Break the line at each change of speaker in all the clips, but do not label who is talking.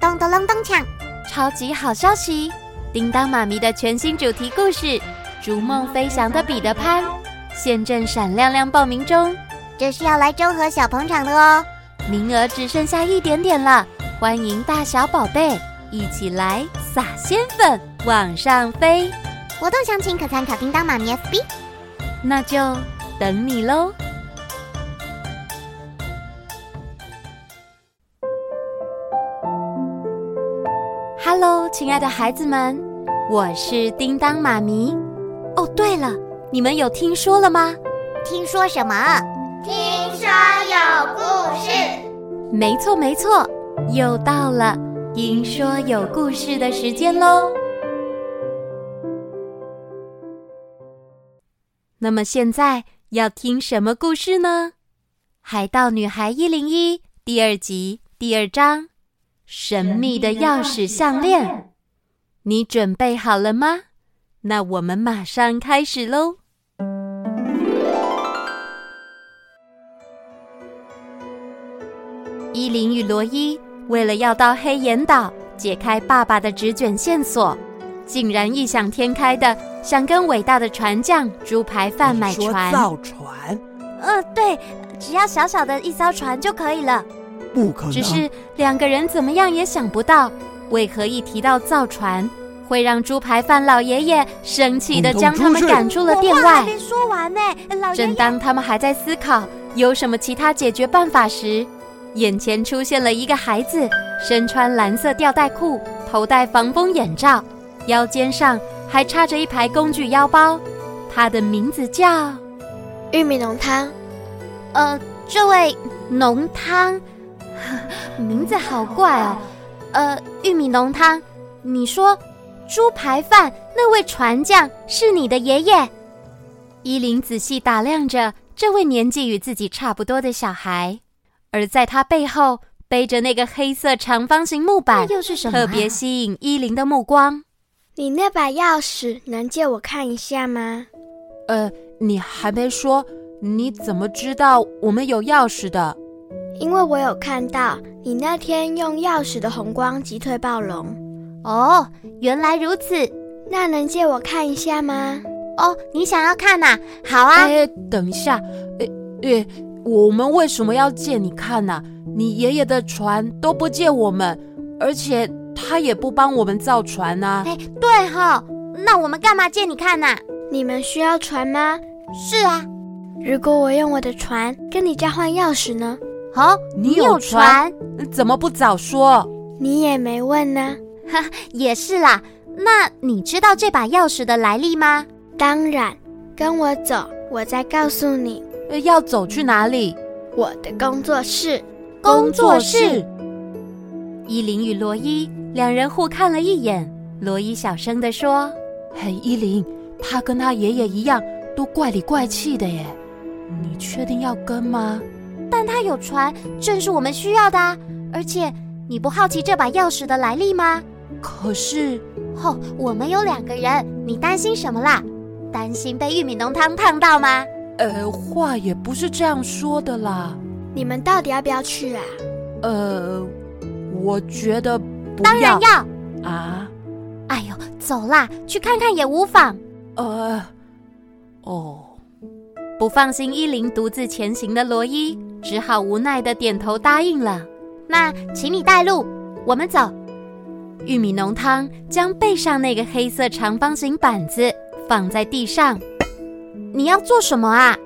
咚咚隆咚锵！
超级好消息！叮当妈咪的全新主题故事《逐梦飞翔的彼得潘》现正闪亮亮报名中，
这是要来中和小捧场的哦。
名额只剩下一点点了，欢迎大小宝贝一起来撒鲜粉，往上飞！
活动详情可参考叮当妈咪 FB。
那就等你喽！Hello，亲爱的孩子们，我是叮当妈咪。哦，对了，你们有听说了吗？
听说什么？
听说有故事，
没错，没错，又到了听说有故事的时间喽。那么现在要听什么故事呢？《海盗女孩一零一》第二集第二章。神秘的钥匙项链，你准备好了吗？那我们马上开始喽！伊琳与罗伊为了要到黑岩岛解开爸爸的纸卷线索，竟然异想天开的想跟伟大的船匠猪排饭买船。
造船？
呃，对，只要小小的一艘船就可以了。
不可能！
只是两个人怎么样也想不到，为何一提到造船，会让猪排饭老爷爷生气的将他们赶出了店
我话还
外。
没说完呢，老爷
正
爷。
当他们还在思考有什么其他解决办法时，眼前出现了一个孩子，身穿蓝色吊带裤，头戴防风眼罩，腰间上还插着一排工具腰包。他的名字叫……
玉米浓汤，
呃，这位浓汤， 名字好怪哦。呃，玉米浓汤，你说猪排饭那位船匠是你的爷爷？伊琳仔细打量着这位年纪与自己差不多的小孩，而在他背后背着那个黑色长方形木
哎
板，
又是什么啊
特别吸引伊琳的目光。
你那把钥匙能借我看一下吗？
呃，你还没说，你怎么知道我们有钥匙的？
因为我有看到你那天用钥匙的红光击退暴龙，
哦，原来如此。
那能借我看一下吗？
哦，你想要看呐、好啊，
哎，等一下，哎哎，我们为什么要借你看呢、你爷爷的船都不借我们，而且他也不帮我们造船啊呐、
哎，对哈、那我们干嘛借你看呐、
你们需要船吗？
是啊，
如果我用我的船跟你交换钥匙呢？
哦，
你
有
有船怎么不早说？
你也没问呢、
也是啦。那你知道这把钥匙的来历吗？
当然，跟我走，我再告诉你
呃要走去哪里？
我的工作室。
工作室。
伊琳与罗伊两人互看了一眼，罗伊小声地说。
嘿，依琳，他跟他爷爷一样，都怪里怪气的耶。你确定要跟吗？
它有船，正是我们需要的、啊。而且，你不好奇这把钥匙的来历吗？
可是，
哦，我们有两个人，你担心什么啦？担心被玉米浓汤烫到吗？
呃，话也不是这样说的啦。
你们到底要不要去啊？
呃，我觉得不
当然要。
要啊。
哎呦，走啦，去看看也无妨。
呃，哦，
不放心伊琳独自前行的罗伊，只好无奈的点头答应了。
那请你带路，我们走。
玉米浓汤将背上那个黑色长方形板子放在地上，
你要做什么啊？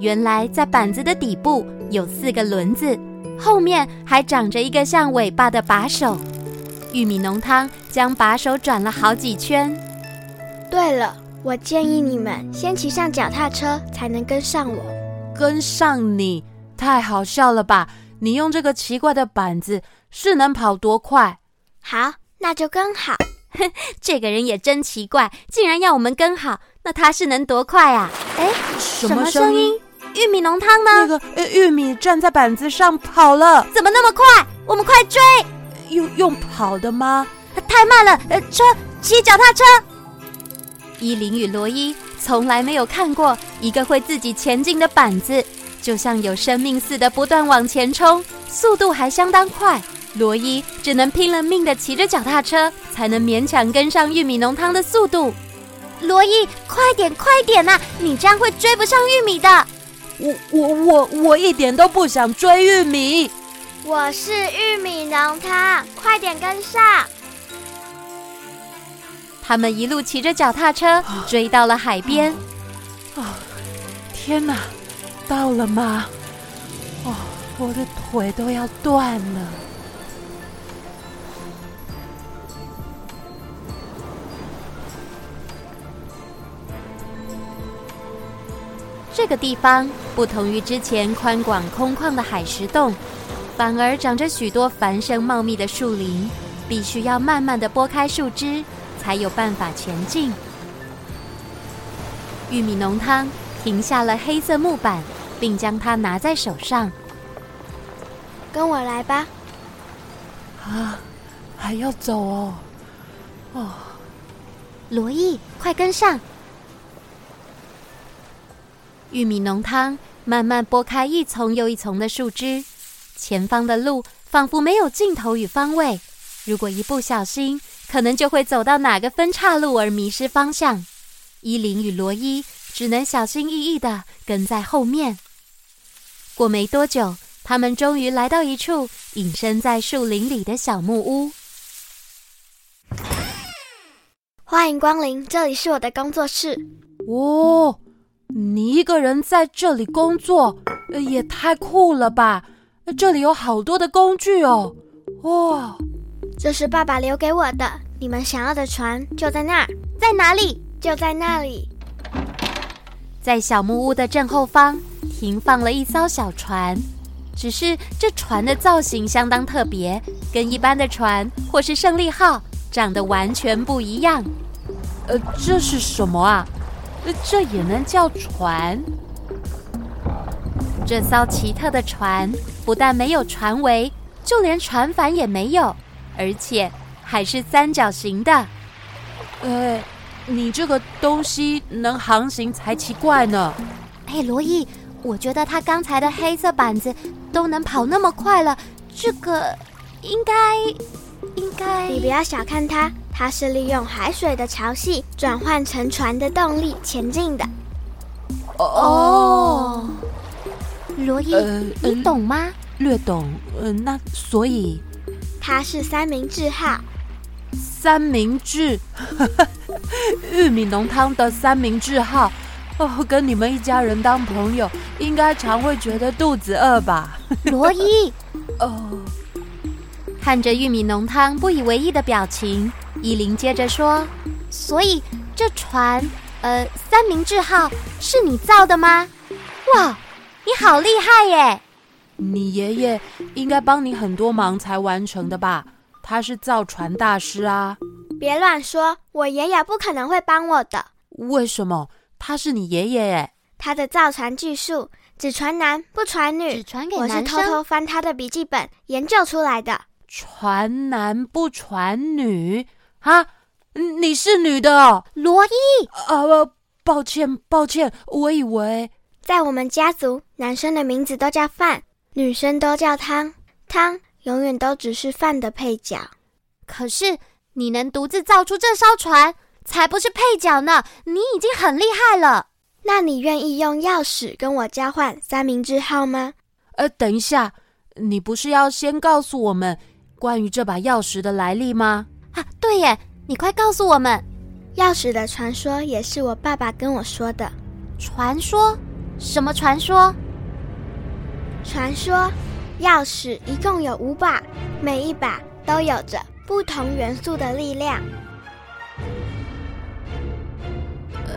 原来在板子的底部有四个轮子，后面还长着一个像尾巴的把手。玉米浓汤将把手转了好几圈，
对了，我建议你们先骑上脚踏车，才能跟上我。
跟上你太好笑了吧？你用这个奇怪的板子是能跑多快？
好，那就跟好。
这个人也真奇怪，竟然要我们跟好，那他是能多快啊？
什
什么
声
声音？
玉米浓汤呢？
那个呃，玉米站在板子上跑了，
怎么那么快？我们快追！
用用跑的吗？
太慢了，呃，车，骑脚踏车。
伊琳与罗伊从来没有看过一个会自己前进的板子，就像有生命似的不断往前冲，速度还相当快，罗伊只能拼了命的骑着脚踏车，才能勉强跟上玉米浓汤的速度。
罗伊，快点，快点呐、你这样会追不上玉米的。
我我我我一点都不想追玉米。
我是玉米浓汤，快点跟上！
他们一路骑着脚踏车
啊
追到了海边。
天哪，到了吗？哦，我的腿都要断了。
这个地方不同于之前宽广空旷的海石洞，反而长着许多繁盛茂密的树林，必须要慢慢的拨开树枝，才有办法前进。玉米浓汤停下了黑色木板，并将它拿在手上。
跟我来吧，
啊，还要走哦。哦，
罗伊，快跟上！玉米浓汤慢慢拨开一丛又一丛的树枝，前方的路仿佛没有尽头与方位。如果一不小心，可能就会走到哪个分岔路而迷失方向。伊林与罗伊只能小心翼翼的跟在后面。过没多久，他们终于来到一处隐身在树林里的小木屋。
欢迎光临，这里是我的工作室。
哦，你一个人在这里工作，呃也太酷了吧！呃这里有好多的工具哦。哇、
这是爸爸留给我的，你们想要的船就在那儿，
在哪里？
就在那里。
在小木屋的正后方停放了一艘小船，只是这船的造型相当特别，跟一般的船或是胜利号长得完全不一样。
呃，这是什么啊？呃，这也能叫船？
这艘奇特的船不但没有船桅，就连船帆也没有，而且还是三角形的。呃
哎，你这个东西能航行才奇怪呢。
哎，罗伊，我觉得他刚才的黑色板子都能跑那么快了，这个应该应该
你不要小看它，它是利用海水的潮汐转换成船的动力前进的。
哦，
罗伊，
嗯
呃，
你懂吗？
略懂。嗯、那所以
它是三明治号，
三明治， 玉米浓汤的三明治号。哦，跟你们一家人当朋友，应该常会觉得肚子饿吧？
罗 伊，
哦，
看着玉米浓汤不以为意的表情，依琳接着说
所以这船，呃，三明治号是你造的吗？哇，你好厉害耶！
你爷爷应该帮你很多忙才完成的吧？他是造船大师啊。
别乱说，我爷爷不可能会帮我的。
为什么？他是你爷爷哎。
他的造船技术只传男不传女
只，传给
我是
男
偷
生。
偷翻他的笔记本研究出来的。
传男不传女啊？你是女的哦？
罗伊，
啊、呃，抱歉，抱歉，我以为
在我们家族，男生的名字都叫饭，女生都叫汤，汤永远都只是饭的配角。
可是你能独自造出这艘船，才不是配角呢！你已经很厉害了。
那你愿意用钥匙跟我交换三明治号吗？
呃，等一下，你不是要先告诉我们关于这把钥匙的来历吗？
啊，对耶，你快告诉我们，
钥匙的传说也是我爸爸跟我说的。
传说什么传说？
传说，钥匙一共有五把，每一把都有着不同元素的力量。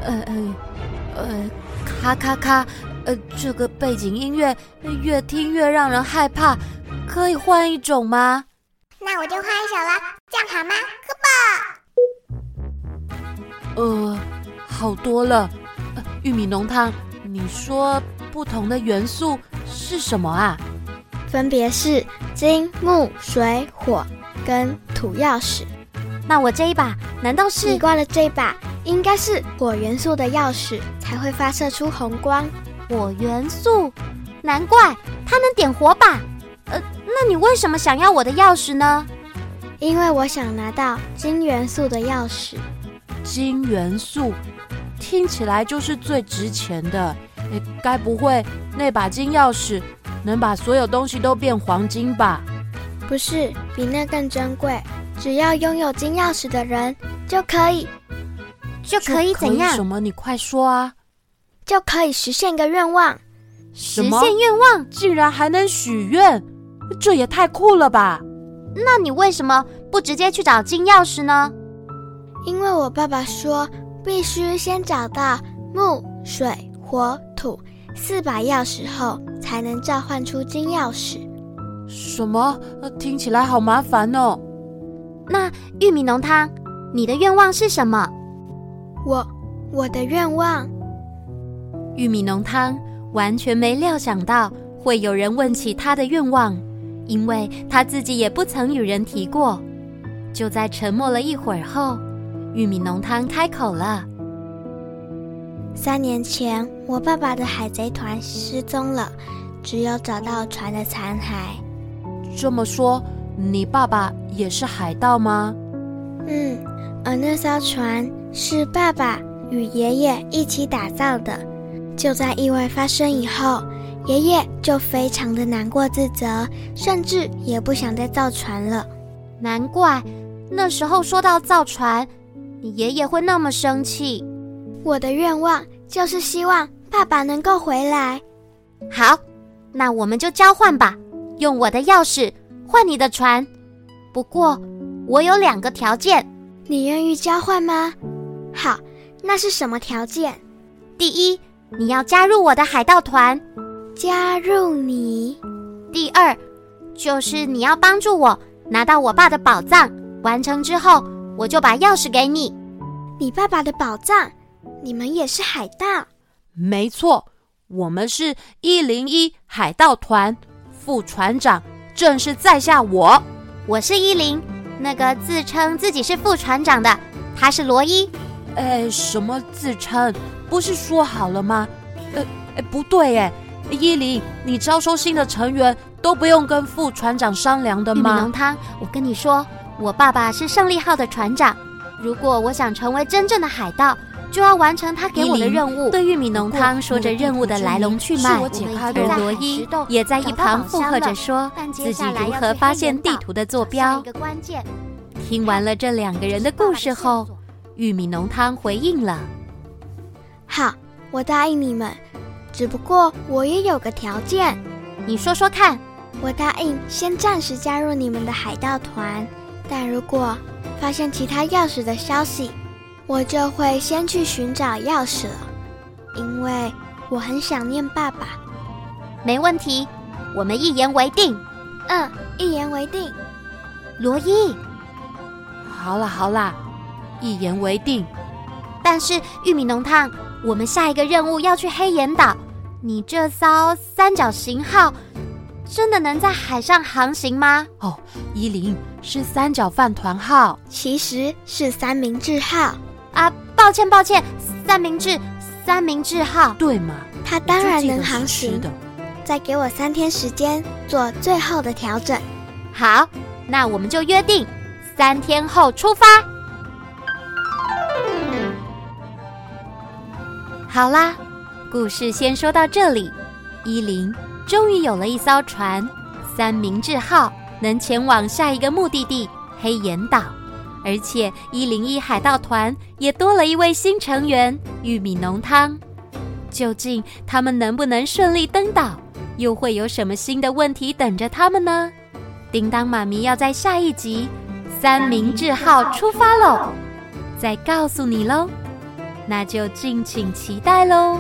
呃呃呃，咔咔咔，呃，这个背景音乐越听越让人害怕，可以换一种吗？
那我就换一首了，这样好吗？
呃，好多了。呃玉米浓汤，你说不同的元素是什么啊？
分别是金、木、水、火跟土钥匙。
那我这一把难道是
你挂了这把，应该是火元素的钥匙才会发射出红光。
火元素？难怪它能点火把。呃，那你为什么想要我的钥匙呢？
因为我想拿到金元素的钥匙。
金元素听起来就是最值钱的。诶，该不会那把金钥匙能把所有东西都变黄金吧？
不是，比那更珍贵。只要拥有金钥匙的人就可以
就可以怎样
什么？你快说啊！
就可以实现一个愿望。
实
什么？
现愿望？
竟然还能许愿，这也太酷了吧！
那你为什么不直接去找金钥匙呢？
因为我爸爸说，必须先找到木、水、火、土四把钥匙后，才能召唤出金钥匙。
什么？呃听起来好麻烦哦。
那玉米浓汤，你的愿望是什么？
我我的愿望，
玉米浓汤完全没料想到会有人问起他的愿望，因为他自己也不曾与人提过。就在沉默了一会儿后，玉米浓汤开口了。
三年前我爸爸的海贼团失踪了，只有找到船的残骸。
这么说，你爸爸也是海盗吗？
嗯，而那艘船是爸爸与爷爷一起打造的。就在意外发生以后，爷爷就非常的难过、自责，甚至也不想再造船了。
难怪那时候说到造船，你爷爷会那么生气。
我的愿望就是希望爸爸能够回来。
好，那我们就交换吧，用我的钥匙换你的船。不过我有两个条件：
你愿意交换吗？好，那是什么条件？
第一，你要加入我的海盗团；
加入你。
第二，就是你要帮助我拿到我爸的宝藏。完成之后，我就把钥匙给你。
你爸爸的宝藏，你们也是海盗。
没错，我们是一零一海盗团，副船长正是在下我。
我是依林，那个自称自己是副船长的，他是罗伊。
哎，什么自称？不是说好了吗？呃，哎，不对哎，依林，你招收新的成员都不用跟副船长商量的
玉米浓
吗？
汤，我跟你说，我爸爸是胜利号的船长。如果我想成为真正的海盗，就要完成他给我的任务。对玉米浓汤说着任务的来龙去脉，
是我解开的
而罗伊也在一旁附和着说自己如何发现地图的坐标。
关键
听完了这两个人的故事后，玉米浓汤回应了。
好，我答应你们，只不过我也有个条件，
你说说看，
我答应先暂时加入你们的海盗团，但如果发现其他钥匙的消息，我就会先去寻找钥匙了，因为我很想念爸爸。
没问题，我们一言为定。
嗯，一言为定。
罗伊，
好啦好啦，一言为定。
但是玉米浓汤，我们下一个任务要去黑岩岛。你这艘三角形号真的能在海上航行吗？
哦，依林是三角饭团号。
其实是三明治号，
啊，抱歉抱歉，三明治三明治号。
对嘛？
它当然
就记得
能
是
航
吃
行。
的。
再给我三天时间做最后的调整。
好，那我们就约定三天后出发。好啦，故事先说到这里。依林终于有了一艘船“三明治号”，能前往下一个目的地黑岩岛。而且，一零一海盗团也多了一位新成员——玉米浓汤。究竟他们能不能顺利登岛？又会有什么新的问题等着他们呢？叮当妈咪要在下一集《三明治号》出发喽，再告诉你喽，那就敬请期待喽。